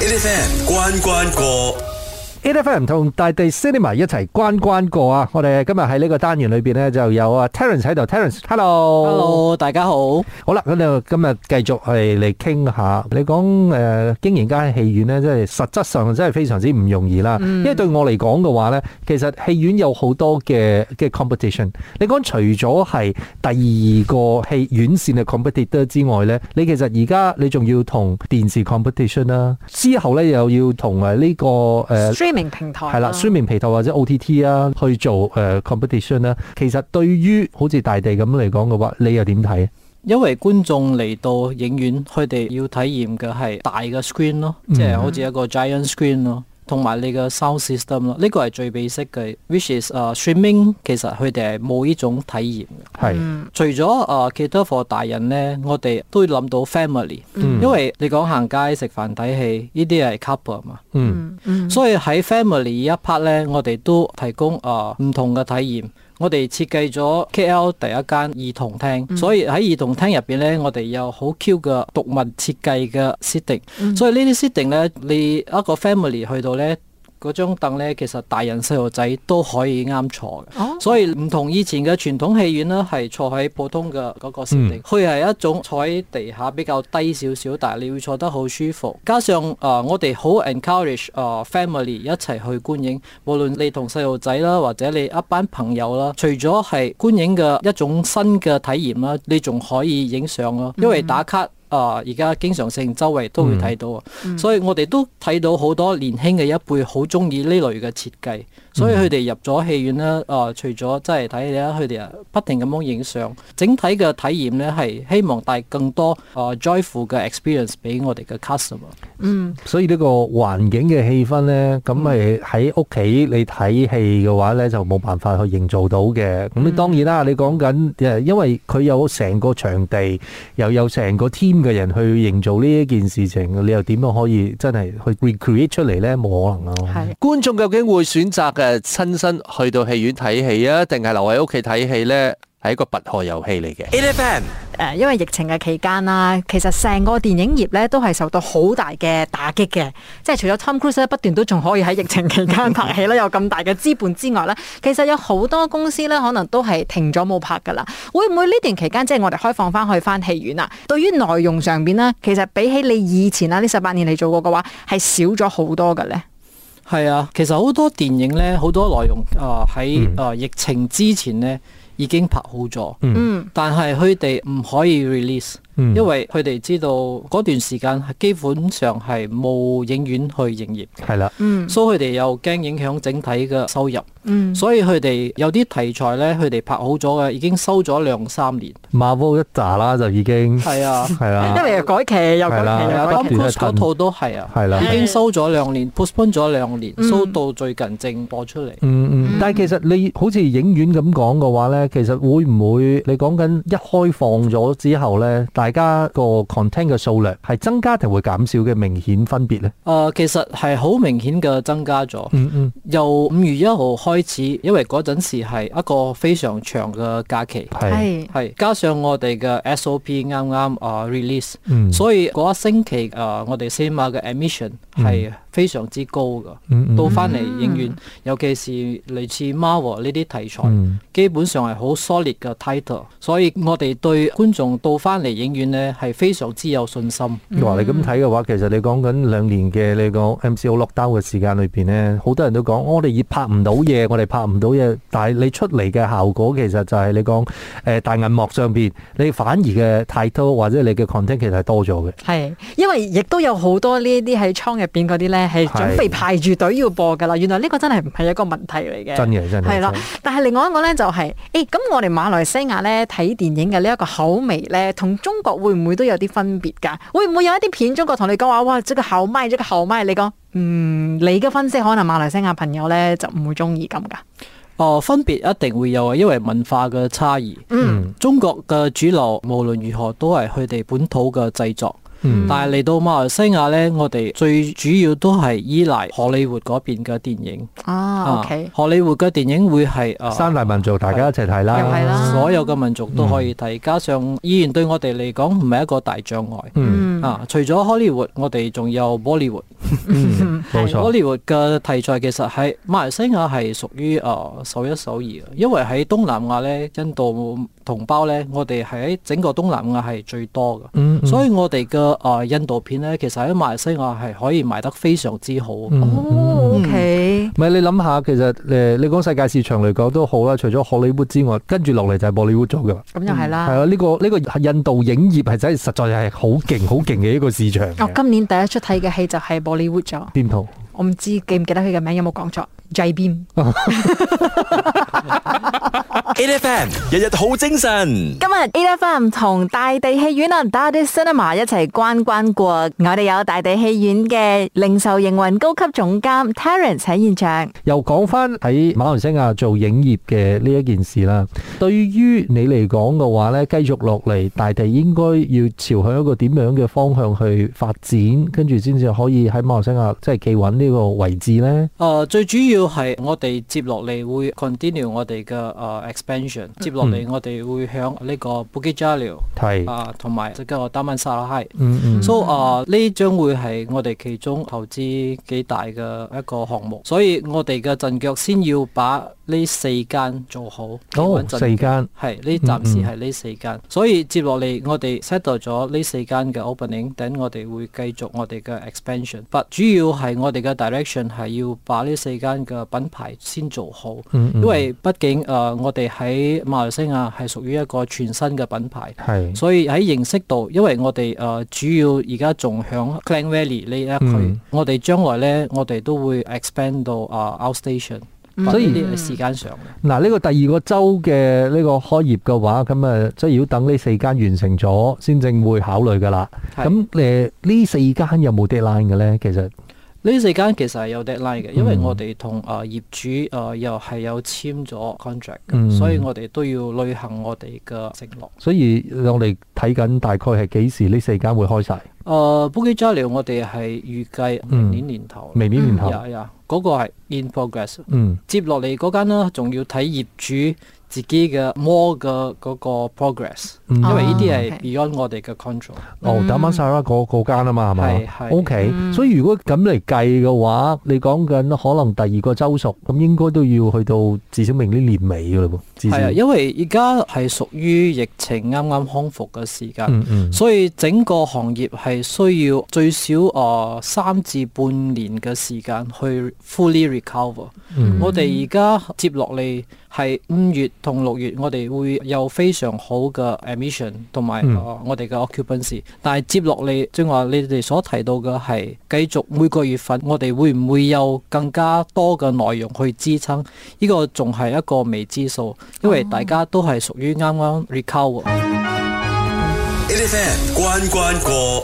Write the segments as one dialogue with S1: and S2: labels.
S1: FM 關關過。
S2: A F M 同大地 Cinema 一齊關關過啊！我哋今日喺呢個單元裏邊咧就有啊 Terence 喺度，Terence，hello。
S3: Hello，大家好。
S2: 好啦，咁就今日繼續係嚟傾下，你講誒、呃經營間戲院咧，即係實質上真係非常之唔容易啦。因為對我嚟講嘅話咧，其實戲院有好多嘅嘅 competition。你講除咗係第二個戲院線嘅 competitor 之外咧，你其實而家你仲要同電視 competition 啦，之後咧又要同誒呢個誒。呃
S4: streaming 平台啊
S2: 係啦，streaming 平台或者 OTT 啊，去做誒、呃 competition 啦。其實對於好似大地咁嚟講嘅話，你又點睇？
S3: 因為觀眾嚟到影院，佢哋要體驗嘅係大嘅 screen 咯，
S2: 嗯
S3: 即係好似一個 giant screen 咯，同埋你嘅 sound system 咯，呢個係最 basic 嘅。which is 誒 streaming 其實佢哋係冇呢種體驗嘅。
S2: 係。
S3: 除咗誒 c a t e for 大人呢，我哋都要諗到 family，、因為你講行街食飯睇戲，呢啲係 couple 啊嘛。
S2: 嗯
S3: 所以喺 family 呢一 part 咧，我哋都提供啊唔、同嘅體驗。我哋設計咗 KL 第一間兒童廳，所以喺兒童廳入邊咧，我哋有好 Q 嘅獨物設計嘅 setting、所以呢啲 setting 咧，你一個 family 去到咧。嗰張凳咧，其實大人細路仔都可以啱坐嘅，
S4: 哦
S3: 所以唔同以前嘅傳統戲院咧，係坐喺普通嘅嗰個 setting 佢係一種坐喺地下比較低少少，但係你會坐得好舒服。加上誒、呃我哋好 encourage 誒、呃 family 一齊去觀影，無論你同細路仔啦，或者你一班朋友啦，除咗係觀影嘅一種新嘅體驗啦，你仲可以影相咯，因為打卡。啊！而家經常性周圍都會睇到啊，所以我哋都睇到好多年輕嘅一輩好中意呢類嘅設計，所以佢哋入咗戲院咧，啊、除咗真係睇咧，佢哋啊不停咁樣影相，整體嘅體驗咧係希望帶更多啊 joyful 嘅 experience 俾我哋嘅 customer。
S4: 嗯
S2: 所以呢個環境嘅氣氛呢，咁咪喺屋企你睇戲嘅話呢，就冇辦法去營造到嘅。咁你當然啦，你講緊誒，因為佢有成個場地，又有成個 team 嘅人去營造呢一件事情，你又點樣可以真係去 recreate 出嚟呢？冇可能啊！
S4: 係
S5: 觀眾究竟會選擇嘅親身去到戲院睇戲啊，定係留喺屋企睇戲呢？係一個拔河遊戲嚟嘅。
S1: A F M
S4: 誒，呃因為疫情嘅期間啦，其實成個電影業咧都係受到好大嘅打擊嘅，即係除咗 Tom Cruise 咧不斷都仲可以喺疫情期間拍戲啦，有咁大嘅資本之外咧，其實有好多公司咧可能都係停咗冇拍噶啦。會唔會呢段期間即係我哋開放翻去翻戲院啊？對於內容上邊咧，其實比起你以前啊呢十八年嚟做過嘅話，係少咗好多嘅咧。
S3: 係啊，其實好多電影咧，好多內容啊喺啊疫情之前咧已經拍好咗，
S4: 嗯，
S3: 但係佢哋唔可以 release，、
S2: 嗯
S3: 因為佢哋知道嗰段時間係基本上係冇影院去營業，
S2: 係啦，
S3: 所以佢哋又驚影響整體嘅收入，
S4: 嗯
S3: 所以佢哋有啲題材咧，佢哋拍好咗嘅已經收咗兩三年，
S2: Marvel 一紮啦就已經
S3: 係 啊。
S2: 係
S4: 因
S2: 啦，
S4: 為又改期又改
S2: 係啦
S4: 期
S3: 係
S4: 又
S3: 啊
S4: 改期
S2: 不
S3: ，Tom
S2: 斷去
S3: Cruise 嗰
S2: 褪
S3: 套都係啊，
S2: 係啦。
S3: 已經收咗兩年，postpone 咗兩年，收到最近正播出嚟。
S2: 嗯嗯，但係其實你好似影院咁講嘅話呢，其實會唔會你講緊一開放咗之後呢，大家個 content 嘅數量係增加定會減少嘅明顯分別呢？
S3: 誒、呃其實係好明顯嘅增加咗。
S2: 嗯嗯，
S3: 由五月一號開始，因為嗰陣時係一個非常長嘅假期，
S2: 係，
S4: 係
S3: 係加上我哋嘅 SOP 啱啱啊 release，、
S2: 嗯
S3: 所以嗰一星期誒、呃我哋 cinema 嘅 admission 係非常之高嘅。
S2: 嗯嗯
S3: 到翻嚟影院，尤其是類似 Marvel 呢啲題材，
S2: 嗯
S3: 基本上係好 solid 嘅 title，所以我哋對觀眾到翻嚟影院呢係非常之有信心。
S2: 話你咁睇嘅話，其實你講緊兩年嘅你講 MCO lockdown 嘅時間裏邊呢，好多人都講我哋拍唔到嘢，我哋拍唔到嘢。但係你出嚟嘅效果其實就係你講誒、呃大銀幕上邊，你反而嘅 title 或者你嘅 content 其實係多咗嘅。
S4: 係，因為亦都有好多呢啲喺倉入邊嗰啲咧，係準備排住隊要播㗎啦。原來呢個真係唔係一個問題嚟嘅。
S2: 真嘅真嘅
S4: 係啦
S2: 真嘅，
S4: 但係另外一個咧就係、誒咁我哋馬來西亞咧睇電影嘅呢一個口味咧，同中國會唔會都有啲分別㗎？會唔會有一啲片中國同你講話，哇，即個口咪，即個口咪，你講，嗯，你嘅分析可能馬來西亞朋友咧就唔會中意咁㗎。
S3: 哦，分別一定會有啊，因為文化嘅差異。嗯，中國嘅主流無論如何都係佢哋本土嘅製作。
S2: 嗯
S3: 但係嚟到馬來西亞呢，我哋最主要都係依賴荷里活嗰邊嘅電影。
S4: 啊，OK，
S3: 荷里活嘅電影會係啊
S2: 三嗯大民族大家一齊睇啦，
S4: 又係啦
S3: 所有嘅民族都可以睇，加上語言對我哋嚟講唔係一個大障礙。
S2: 嗯，
S4: 嗯，
S3: 啊，除咗 Hollywood，我哋仲有 Bollywood。
S2: 嗯冇錯，
S3: Bollywood 嘅題材其實喺馬來西亞係屬於誒首一首二嘅，因為喺東南亞咧，印度同胞咧，我哋喺整個東南亞係最多嘅。
S2: 嗯，
S3: 所
S2: 以
S3: 以我哋嘅誒印度片咧，其實喺馬來西亞係可以賣得非常之好。
S2: 嗯
S4: 哦，OK，
S2: 唔係你諗下，其實誒你講世界市場嚟講都好啦，除咗荷里活之外，跟住落嚟就係 Bollywood 咗嘅啦。
S4: 咁又係啦
S2: 係。啊，呢個呢個印度影業係真係實在係好勁好勁嘅一個市場嘅。
S4: 我哦今年第一出睇嘅戲就係《Bollywood》咗，
S2: 邊套？
S4: 我唔知記唔記得佢嘅名有冇講錯 j b m
S1: A F M 日日好精神
S4: 今日 A F M 同大地戲院啊 d a d i Cinema 一齊關關過，我哋有大地戲院嘅零售營運高級總監 Terence 喺現場。
S2: 又講翻喺馬來西亞做影業嘅呢一件事啦，對於你嚟講嘅話呢繼續落嚟，大地應該要朝向一個點樣嘅方向去發展，跟住先至可以喺馬來西亞即係企穩呢個位置呢。
S3: 誒、呃最主要係我哋接落嚟會 continue 我哋嘅誒 expansion，接落
S2: 嗯
S3: 嚟我哋會響呢個 Bukit Jalil
S2: 係，
S3: 啊同埋呢個 Taman Sarahi。
S2: 嗯嗯，
S3: 所以啊，呢將會係我哋其中投資幾大嘅一個項目，所以我哋嘅陣腳先要把呢四間做好。
S2: 哦，四間，
S3: 係呢，暫時係呢四間，所以接落嚟我哋 settle 咗呢四間嘅 opening，等我哋會繼續我哋嘅 expansion。不主要係我哋嘅 direction 係要把呢四間嘅品牌先做好，
S2: 嗯嗯
S3: 因為畢竟誒、呃我哋喺馬來西亞係屬於一個全新嘅品牌。
S2: 係，
S3: 所以喺認識度，因為我哋誒、呃主要而家仲響 Klang Valley 呢一區，
S2: 嗯
S3: 我哋將來咧，我哋都會 expand 到啊、呃 outstation，
S2: 所以
S3: 呢啲係時間上嘅。
S2: 嗱呢個第二個州嘅呢個開業嘅話，咁啊，即係要等呢四間完成咗，先正會考慮噶啦。
S3: 係
S2: 咁誒呢四間有冇 deadline 嘅呢？其實，
S3: 呢四間其實係有 deadline 嘅，因為
S2: 嗯
S3: 我哋同誒業主誒、呃又係有簽咗 contract，、
S2: 嗯
S3: 嘅，所以我哋都要履行我哋嘅承諾。
S2: 所以我哋睇緊大概係幾時呢四間會開晒？
S3: 誒呃 Bukit Jalil 我哋係預計明年年頭，
S2: 嗯明年年頭。
S3: 呀呀，嗰個係 in progress。
S2: 嗯，
S3: 接落嚟嗰間啦，仲要睇業主自己嘅 more 嘅嗰個 progress，
S2: 嗯
S3: 因為呢啲嗯
S4: 哦
S3: 係
S4: ，OK
S3: beyond 我哋嘅 control。
S2: 哦，打翻晒啦，嗰嗰間啊嘛，係
S3: 係
S2: 咪
S3: 係
S2: ？O
S3: 嗯
S2: K，所以如果咁嚟計嘅話，你講緊可能第二個州屬，咁應該都要去到至少明年年尾噶嘞喎，至少。
S3: 係啊，因為而家係屬於疫情啱啱康復嘅時間。
S2: 嗯嗯，
S3: 所以整個行業係需要最少誒三至半年嘅時間去 fully recover。
S2: 嗯
S3: 我哋而家接落嚟係五月同六月，我哋會有非常好嘅 admission 同埋
S2: 嗯
S3: 誒我哋嘅 occupancy。但係接落嚟，正話你哋所提到嘅係繼續每個月份，我哋會唔會有更加多嘅內容去支撐？呢個仲係一個未知數，因為大家都係屬於啱啱 recover。
S1: ，A F M 關關過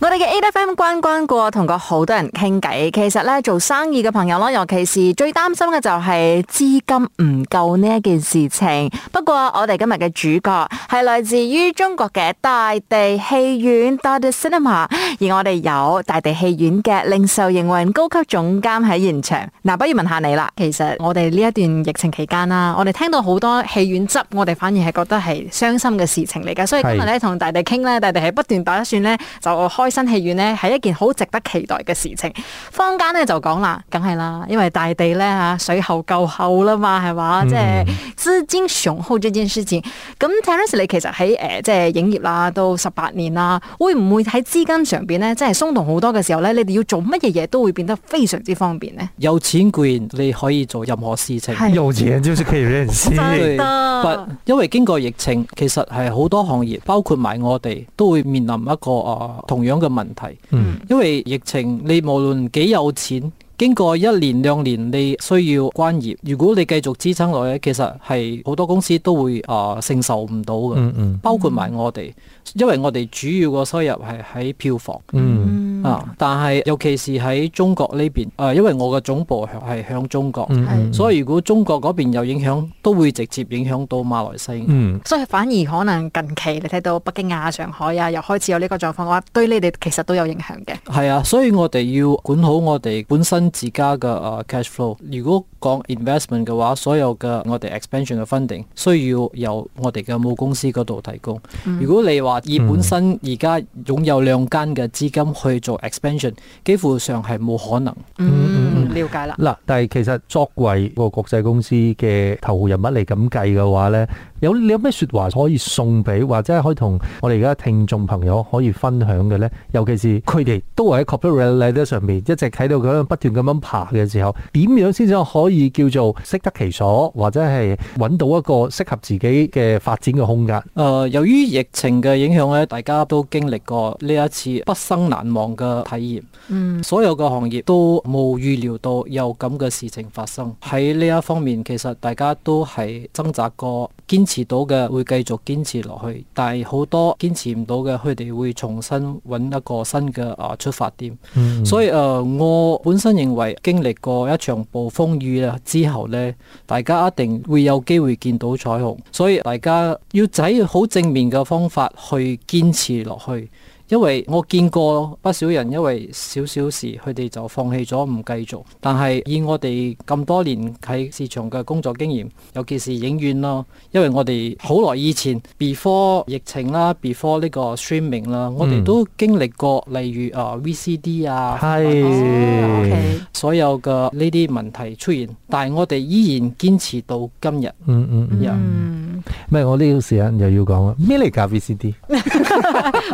S4: 我哋嘅 A F M 關關過，同過好多人傾偈。其實咧，做生意嘅朋友啦，尤其是最擔心嘅就係資金唔夠呢一件事情。不過我哋今日嘅主角係來自於中國嘅大地戲院 d a d Cinema），而我哋有大地戲院嘅零售營運高級總監喺現場。嗱，不如問下你啦。其實我哋呢一段疫情期間啦，我哋聽到好多戲院執，我哋反而係覺得係傷心嘅事情嚟㗎。所以今日
S2: 係
S4: 咧。咧同大地傾咧，大地係不斷打算咧就開新戲院咧，係一件好值得期待嘅事情。坊間咧就講啦，梗係啦，因為大地咧嚇水喉夠厚啦嘛，係嘛，即係資金雄厚呢件事情。咁 Terence 你其實喺誒、呃即係影業啦，到十八年啦，會唔會喺資金上邊咧，即係鬆動好多嘅時候咧，你哋要做乜嘢嘢都會變得非常之方便呢？
S3: 有錢固然你可以做任何事情，
S4: 係
S2: 有錢 就是可以任性。
S4: 真
S3: 不
S4: 得
S3: 因為經過疫情，其實係好多行業，包括埋我哋，都會面臨一個啊、呃同樣嘅問題。
S2: 嗯
S3: 因為疫情，你無論幾有錢，經過一年兩年，你需要關業。如果你繼續支撐落去，其實係好多公司都會啊、呃承受唔到嘅，
S2: 嗯嗯
S3: 包括埋我哋，因為我哋主要個收入係喺票房。
S2: 嗯，
S3: 啊，但係尤其是喺中國呢邊，誒，因為我嘅總部係向中國，
S2: 嗯嗯
S3: 所以如果中國嗰邊有影響，都會直接影響到馬來西亞。
S2: 嗯
S4: 所以反而可能近期你睇到北京啊、上海啊，又開始有呢個狀況嘅話，對你哋其實都有影響嘅。
S3: 係啊，所以我哋要管好我哋本身自家嘅誒 cash flow。如果講 investment 嘅話，所有嘅我哋 expansion 嘅 funding 需要由我哋嘅母公司嗰度提供。如果你話以本
S2: 嗯
S3: 身而家擁有兩間嘅資金去做 expansion，幾乎上係冇可能。
S4: 嗯，了解啦。
S2: 嗱，但係其實作為個國際公司嘅頭號人物嚟咁計嘅話呢，有你有咩説話可以送俾，或者係可以同我哋而家聽眾朋友可以分享嘅呢？尤其是佢哋都係喺 corporate ladder 上面一直喺度咁樣不斷咁樣爬嘅時候，點樣先至可以叫做適得其所，或者係揾到一個適合自己嘅發展嘅空間？
S3: 誒、呃由於疫情嘅影響咧，大家都經歷過呢一次畢生難忘嘅體驗。
S4: 嗯，
S3: 所有嘅行業都冇預料到有咁嘅事情發生。喺呢一方面，其實大家都係掙扎過，堅持到嘅會繼續堅持落去，但係好多堅持唔到嘅，佢哋會重新揾一個新嘅啊出發點。
S2: 嗯
S3: 所以誒、呃我本身認為經歷過一場暴風雨啊之後呢，大家一定會有機會見到彩虹。所以大家要仔好正面嘅方法去堅持落去，因為我見過不少人因為少少事佢哋就放棄咗唔繼續。但係以我哋咁多年喺市場嘅工作經驗，尤其是影院咯，因為我哋好耐以前 before 疫情啦，before 呢個 streaming 啦，我哋
S2: 嗯
S3: 都經歷過例如啊 VCD 啊。
S2: 係
S4: 哦，OK
S3: 所有嘅呢啲問題出現，但係我哋依然堅持到今日。
S2: 嗯嗯嗯，
S4: 嗯，
S2: 唔係我呢個時間又要講啦，咩嚟㗎 VCD？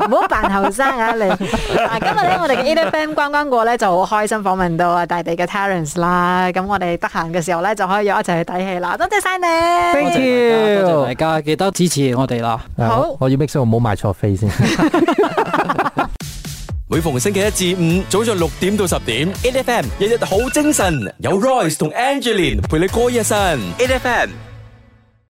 S4: 唔好扮後生啊你！嗱，今日咧我哋嘅 A F M 關關過咧就好開心訪問到啊大地嘅 Terence 啦，咁我哋得閒嘅時候咧就可以約一齊去睇戲啦，多謝晒你。
S3: 多
S2: Thank
S3: 謝大家，
S2: you
S3: 多謝大家，記得支持我哋啦。
S4: 好
S2: 啊我我要 make sure 我冇買錯飛先。
S1: 每逢星期一至五早上六點到十點，A F M 日日好精神，有 Royce 同 Angeline 陪你過一晨，A F M。